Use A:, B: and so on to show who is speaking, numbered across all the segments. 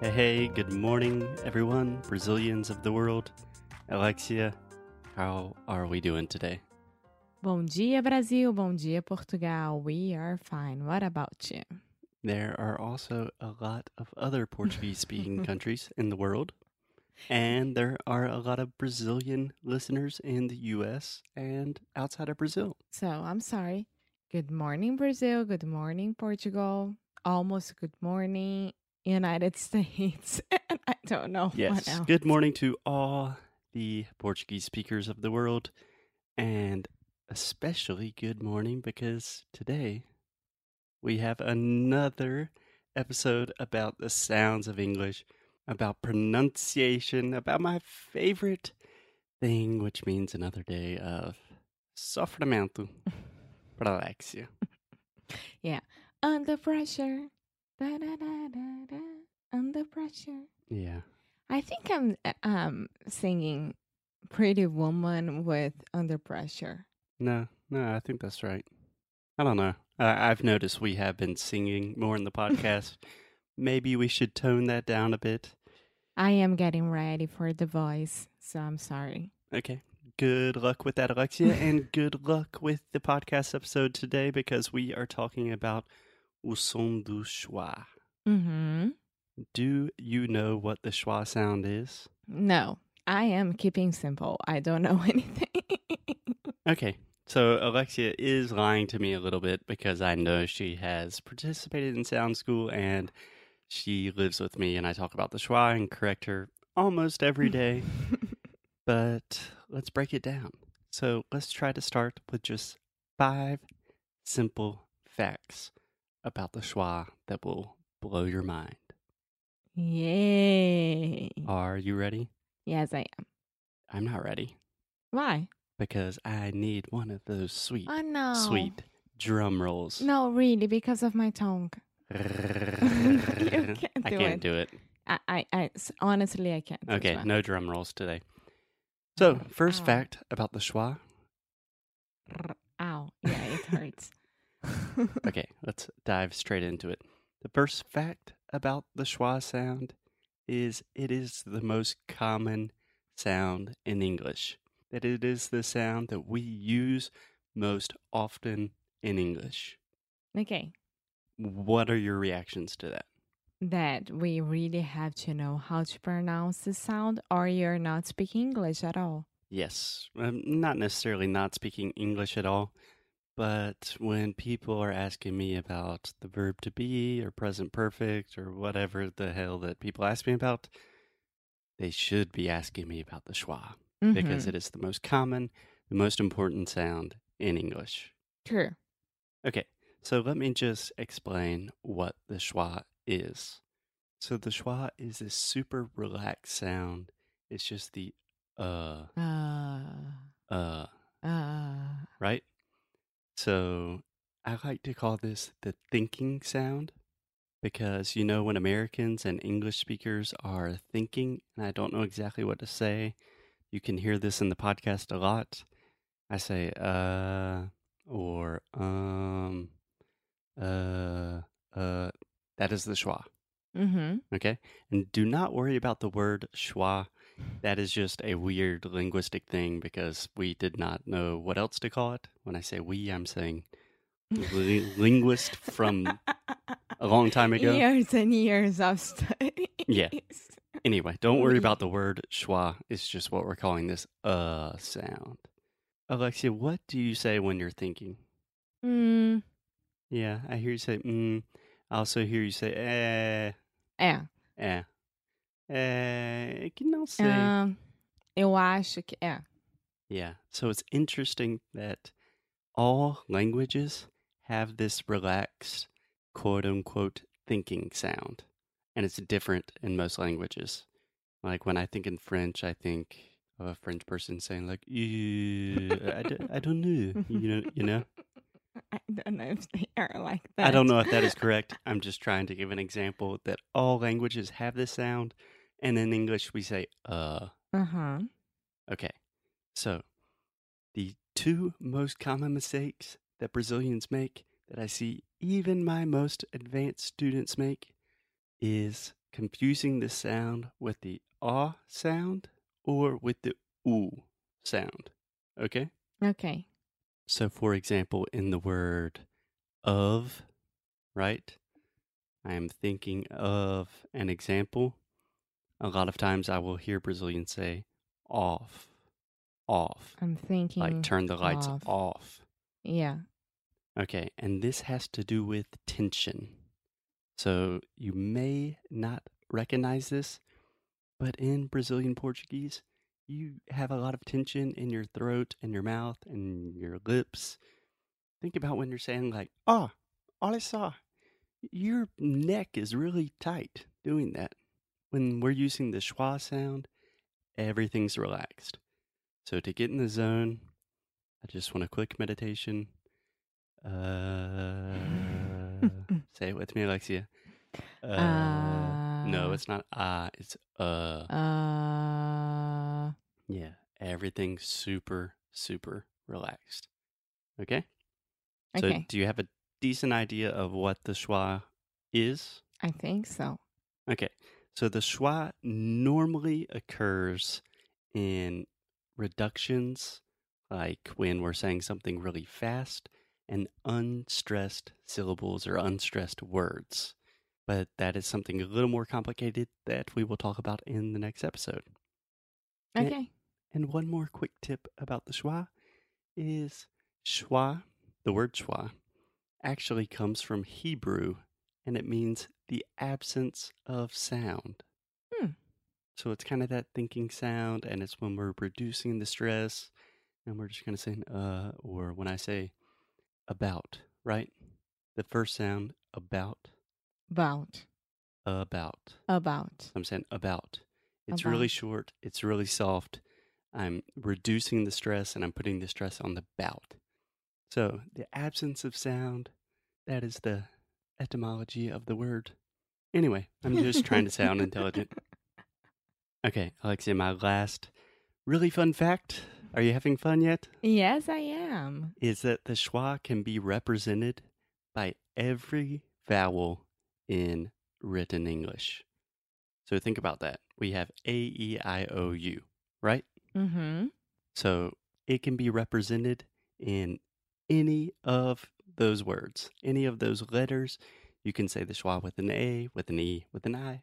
A: Hey, hey, good morning, everyone, Brazilians of the world. Alexia, how are we doing today?
B: Bom dia, Brasil. Bom dia, Portugal. We are fine. What about you?
A: There are also a lot of other Portuguese speaking countries in the world. And there are a lot of Brazilian listeners in the US and outside of Brazil.
B: So, I'm sorry. Good morning, Brazil. Good morning, Portugal. Almost good morning, United States. And I don't know what
A: Yes.
B: else.
A: Good morning to all the Portuguese speakers of the world. And especially good morning because today we have another episode about the sounds of English, about pronunciation, about my favorite thing, which means another day of sofrimento para Alexia.
B: Under pressure. Da, da, da, da, da. Under pressure.
A: Yeah.
B: I think I'm uh, um singing Pretty Woman with Under Pressure.
A: No, no, I think that's right. I don't know. I I've noticed we have been singing more in the podcast. Maybe we should tone that down a bit.
B: I am getting ready for the voice, so I'm sorry.
A: Okay. Good luck with that, Alexia, and good luck with the podcast episode today because we are talking about o som do schwa.
B: Mm-hmm.
A: Do you know what the schwa sound is?
B: No, I am keeping simple. I don't know anything.
A: Okay. So Alexia is lying to me a little bit because I know she has participated in sound school and she lives with me and I talk about the schwa and correct her almost every
B: Hmm.
A: day. but let's break it down. So let's try to start with just five simple facts about the schwa that will blow your mind.
B: Yay.
A: Are you ready?
B: Yes, I am.
A: I'm not ready
B: Why?
A: because I need one of those sweet,
B: Oh, no.
A: sweet drum rolls.
B: No, really, because of my tongue. can't
A: I
B: do
A: can't
B: it.
A: do it.
B: I, I, I s- honestly, I can't. as
A: Okay,
B: well.
A: no drum rolls today. So,
B: Oh,
A: first
B: ow.
A: fact about the schwa.
B: Ow. Yeah, it hurts.
A: Okay, let's dive straight into it. The first fact about the schwa sound is it is the most common sound in English. That it is the sound that we use most often in English.
B: okay.
A: What are your reactions to that?
B: That we really have to know how to pronounce the sound, or you're not speaking English at all.
A: Yes, um, not necessarily not speaking English at all, but when people are asking me about the verb to be or present perfect or whatever the hell that people ask me about, they should be asking me about the schwa because
B: Mhm.
A: it is the most common, the most important sound in English.
B: True.
A: Okay, so let me just explain what the schwa is. So the schwa is this super relaxed sound. It's just the uh,
B: Uh,
A: uh,
B: uh,
A: right? So I like to call this the thinking sound because you know when Americans and English speakers are thinking and I don't know exactly what to say, you can hear this in the podcast a lot. I say uh or um uh uh that is the schwa,
B: mm-hmm.
A: okay? And do not worry about the word schwa. That is just a weird linguistic thing because we did not know what else to call it. When I say we, I'm saying li- linguist from a long time ago.
B: Years and years of studies.
A: Yeah. Anyway, don't worry
B: We.
A: about the word schwa. It's just what we're calling this uh sound. Alexia, what do you say when you're thinking?
B: Mm,
A: Yeah, I hear you say mm. I also hear you say eh,
B: é.
A: eh, eh. Que não sei.
B: ahn, eu acho que é.
A: Yeah. So it's interesting that all languages have this relaxed, quote unquote, thinking sound. and it's different in most languages. Like when I think in French, I think of a French person saying like, "You, I, d- I don't know," you know, you know.
B: I don't know if they are like that.
A: I don't know if that is correct. I'm just trying to give an example that all languages have this sound, and in English we say "uh."
B: Uh huh.
A: Okay, so the two most common mistakes that Brazilians make that I see even my most advanced students make is confusing the sound with the ah sound or with the oo sound. Okay?
B: Okay.
A: So, for example, in the word of, right? I am thinking of an example. A lot of times I will hear Brazilians say off, off,
B: I'm thinking.
A: like turn the lights
B: off.
A: off.
B: Yeah.
A: Okay, and this has to do with tension. So you may not recognize this, but in Brazilian Portuguese, you have a lot of tension in your throat and your mouth and your lips. Think about when you're saying, like, ah, olha só, your neck is really tight doing that. When we're using the schwa sound, everything's relaxed. So to get in the zone, I just want a quick meditation. Uh, say it with me, Alexia. Uh, no,
B: Uh.
A: it's not ah, it's uh.
B: Uh.
A: Yeah, everything's super, super relaxed. Okay? So
B: Okay.
A: do you have a decent idea of what the schwa is?
B: I think so.
A: Okay. So the schwa normally occurs in reductions, like when we're saying something really fast and unstressed syllables or unstressed words. But that is something a little more complicated that we will talk about in the next episode. Yeah.
B: Okay.
A: And one more quick tip about the schwa is schwa, the word schwa, actually comes from Hebrew and it means the absence of sound.
B: Hmm.
A: So it's kind of that thinking sound and it's when we're reducing the stress and we're just kind of saying uh or when I say about, right? The first sound about
B: About.
A: about.
B: About.
A: I'm saying about. It's really
B: About.
A: short. It's really soft. I'm reducing the stress and I'm putting the stress on the bout. So the absence of sound, that is the etymology of the word. Anyway, I'm just trying to sound intelligent. Okay, Alexia, my last really fun fact. Are you having fun yet?
B: Yes, I am.
A: Is that the schwa can be represented by every vowel in written English. So think about that. We have A, E, I, O, U, right?
B: Mm-hmm.
A: So it can be represented in any of those words, any of those letters. You can say the schwa with an A, with an E, with an I,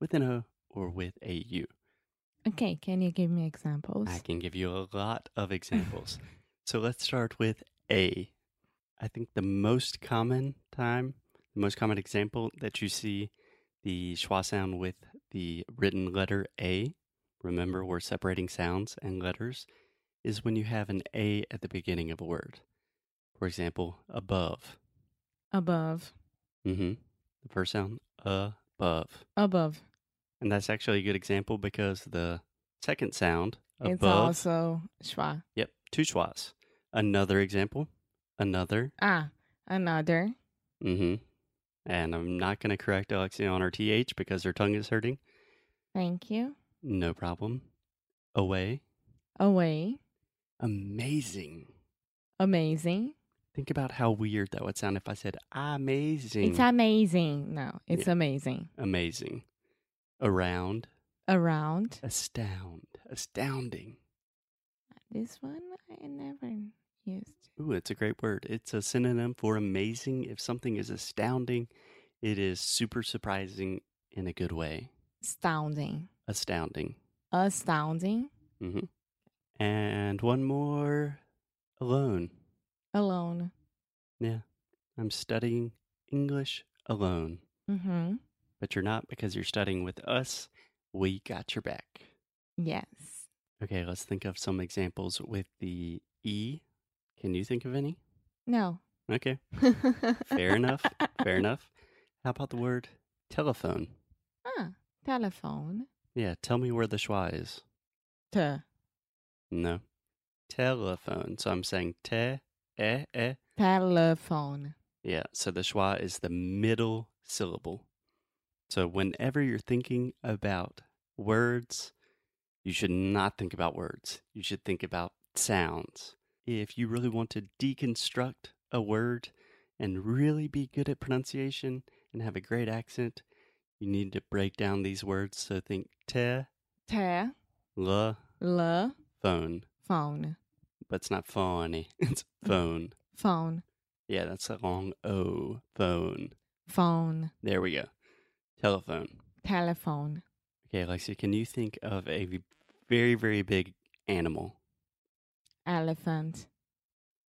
A: with an O, or with a U.
B: Okay. Can you give me examples?
A: I can give you a lot of examples. so let's start with A. I think the most common time, the most common example that you see the schwa sound with the written letter A, remember we're separating sounds and letters, is when you have an A at the beginning of a word. For example, above.
B: Above.
A: hmm The first sound, above.
B: Above.
A: And that's actually a good example because the second sound,
B: It's
A: above,
B: also schwa.
A: Yep, two schwas. Another example, another.
B: Ah, another.
A: Mm-hmm. And I'm not going to correct Alexia on her th because her tongue is hurting.
B: Thank you.
A: No problem. Away.
B: Away.
A: Amazing.
B: Amazing.
A: Think about how weird that would sound if I said amazing.
B: It's amazing. No, it's
A: Yeah.
B: amazing.
A: amazing. Around.
B: Around.
A: Astound. Astounding.
B: This one I never used.
A: Ooh, it's a great word. It's a synonym for amazing. If something is astounding, it is super surprising in a good way.
B: Astounding.
A: Astounding.
B: Astounding.
A: hmm And one more alone.
B: Alone.
A: Yeah. I'm studying English alone.
B: Mm-hmm.
A: But you're not because you're studying with us. We got your back.
B: Yes.
A: Okay, let's think of some examples with the E. Can you think of any?
B: No.
A: Okay, fair enough. Fair enough. How about the word telephone?
B: Ah, telephone.
A: Yeah, tell me where the schwa is.
B: Te.
A: No. Telephone. So I'm saying te, eh, eh.
B: Telephone.
A: Yeah, so the schwa is the middle syllable. So whenever you're thinking about words, you should not think about words. You should think about sounds. If you really want to deconstruct a word and really be good at pronunciation and have a great accent, you need to break down these words. So think te,
B: Te.
A: la,
B: Le.
A: phone.
B: Phone.
A: But it's not phony, it's phone.
B: Phone.
A: Yeah, that's a long O, phone.
B: Phone.
A: There we go. Telephone.
B: Telephone.
A: Okay, Alexia, can you think of a v- very, very big animal?
B: Elephant.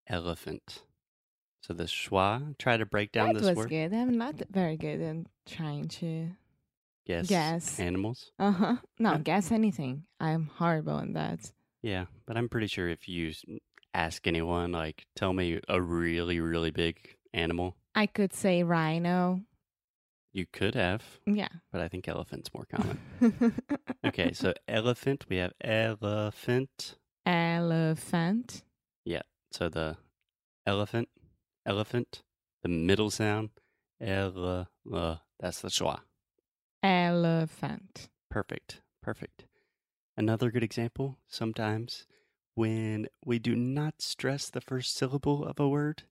A: Elephant. So the schwa, try to break down
B: that
A: this
B: was
A: word.
B: good. I'm not very good in trying to
A: Guess.
B: Guess.
A: Animals?
B: uh huh. No,
A: Yeah.
B: guess anything. I'm horrible in that.
A: Yeah, but I'm pretty sure if you s- ask anyone, like, tell me a really, really big animal,
B: I could say rhino.
A: you could have,
B: Yeah.
A: but I think elephant's more common. Uh-huh. okay, so elephant, we have elephant.
B: Elephant.
A: So the elephant, elephant, the middle sound, ele, le, that's the schwa.
B: Elephant.
A: Perfect. Perfect. Another good example sometimes when we do not stress the first syllable of a word,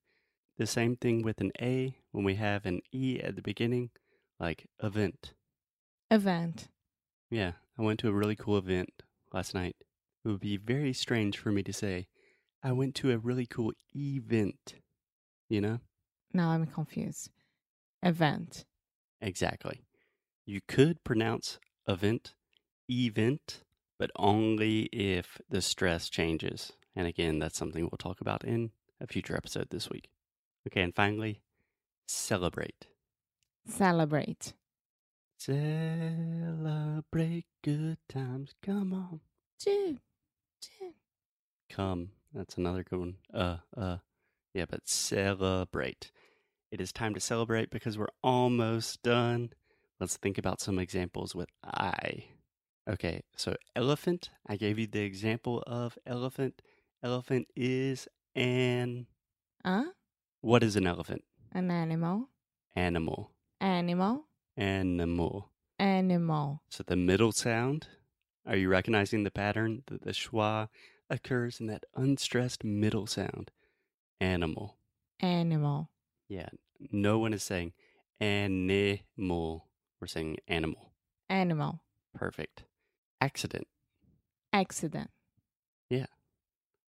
A: the same thing with an A when we have an E at the beginning, like event.
B: Event.
A: Yeah, I went to a really cool event last night. It would be very strange for me to say, I went to a really cool event. You know?
B: Now I'm confused. Event.
A: Exactly. You could pronounce event, event, but only if the stress changes. And again, that's something we'll talk about in a future episode this week. Okay, and finally, celebrate.
B: Celebrate.
A: Celebrate good times. Come on.
B: Two. Two.
A: Come. That's another good one. Uh, uh. Yeah, but celebrate. It is time to celebrate because we're almost done. Let's think about some examples with I. Okay, so elephant. I gave you the example of elephant. Elephant is an.
B: Huh?
A: What is an elephant?
B: An animal.
A: Animal.
B: Animal.
A: Animal.
B: Animal.
A: So the middle sound, are you recognizing the pattern that the schwa occurs in that unstressed middle sound? Animal.
B: Animal.
A: Yeah, no one is saying animal. We're saying animal.
B: Animal.
A: Perfect. Accident.
B: Accident.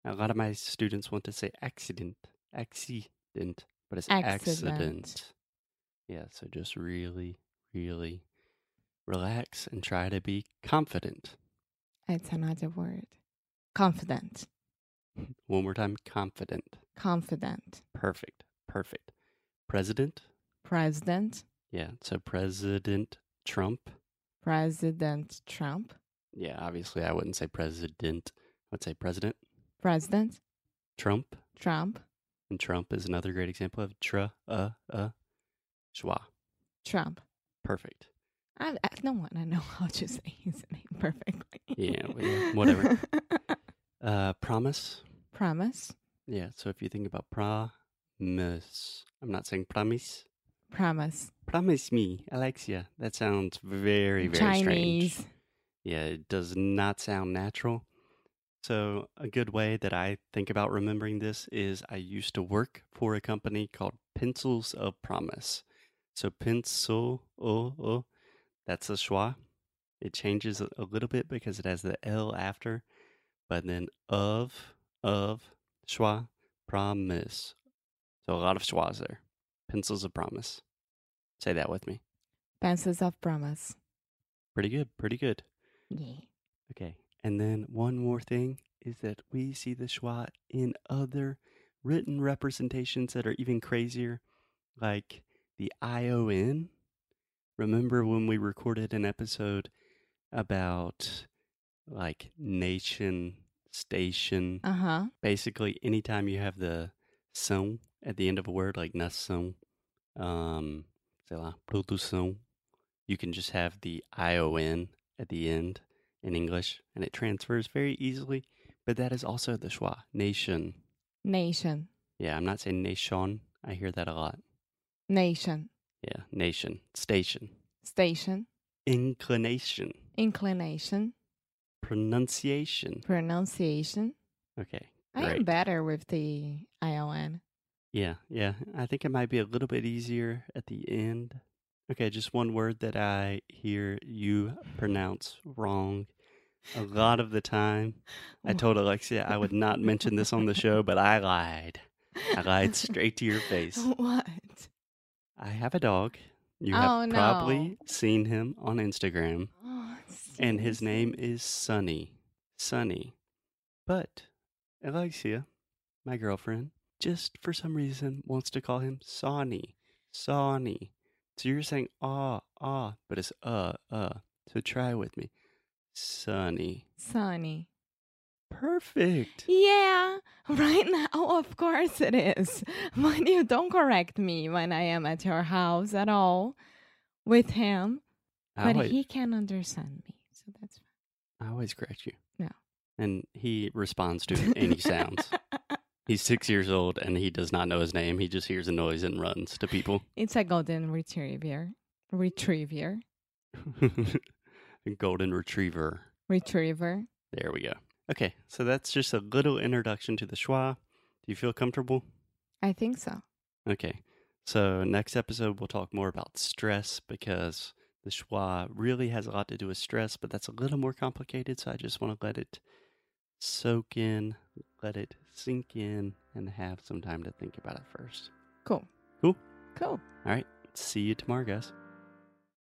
A: A lot of my students want to say accident, accident, but it's
B: Accident.
A: accident. Yeah, so just really, really relax and try to be confident.
B: It's another word. Confident.
A: One more time, confident.
B: Confident.
A: Perfect. Perfect. President?
B: President.
A: Yeah. So President Trump.
B: President Trump.
A: Yeah, obviously I wouldn't say president. I would say President
B: President
A: Trump.
B: Trump.
A: And Trump is another great example of tra uh uh schwa.
B: Trump.
A: Perfect.
B: I, I don't want to know how to say his name perfectly.
A: Yeah, well, yeah, whatever. Uh promise.
B: promise.
A: Yeah, so if you think about promise. I'm not saying promise.
B: Promise.
A: Promise me, Alexia. That sounds very, very strange.
B: Chinese.
A: Yeah, it does not sound natural. So, a good way that I think about remembering this is I used to work for a company called Pencils of Promise. So, pencil, oh, oh, that's a schwa. It changes a a little bit because it has the L after, but then of, of, schwa, promise. So, a lot of schwas there. Pencils of Promise. Say that with me.
B: Pencils of promise.
A: Pretty good, pretty good.
B: Yeah.
A: Okay. And then one more thing is that we see the schwa in other written representations that are even crazier, like the ION. Remember when we recorded an episode about like nation, station?
B: Uh huh.
A: Basically, anytime you have the son at the end of a word, like nação, um, sei lá, produção, you can just have the ION at the end in English and it transfers very easily. But that is also the schwa, nation.
B: Nation.
A: Yeah, I'm not saying nation. I hear that a lot.
B: Nation.
A: Yeah, nation, station,
B: Station.
A: inclination,
B: Inclination.
A: pronunciation.
B: Pronunciation.
A: Okay.
B: I
A: Great.
B: am better with the ION.
A: Yeah, yeah. I think it might be a little bit easier at the end. Okay, just one word that I hear you pronounce wrong a lot of the time.
B: Oh.
A: I told Alexia I would not mention this on the show, but I lied. I lied straight to your face.
B: What?
A: I have a dog. You
B: Oh,
A: have
B: no.
A: probably seen him on Instagram,
B: Oh,
A: and his name
B: seriously.
A: is Sunny. Sunny. But Alexia, my girlfriend, just for some reason wants to call him Sonny. Sonny. So you're saying ah ah, but it's uh uh. So try with me. Sunny.
B: Sunny.
A: Perfect.
B: Yeah, right now, of course it is. But you don't correct me when I am at your house at all with him.
A: I
B: but
A: always,
B: he can understand me, so that's fine.
A: I always correct you.
B: No.
A: And he responds to any sounds. He's six years old and he does not know his name. He just hears a noise and runs to people.
B: It's a golden retriever. Retriever.
A: Golden Retriever.
B: Retriever.
A: There we go. Okay, so that's just a little introduction to the schwa. Do you feel comfortable?
B: I think so.
A: Okay, so next episode we'll talk more about stress because the schwa really has a lot to do with stress, but that's a little more complicated. So I just want to let it soak in, let it sink in, and have some time to think about it first.
B: Cool.
A: Cool.
B: Cool.
A: See you tomorrow, guys.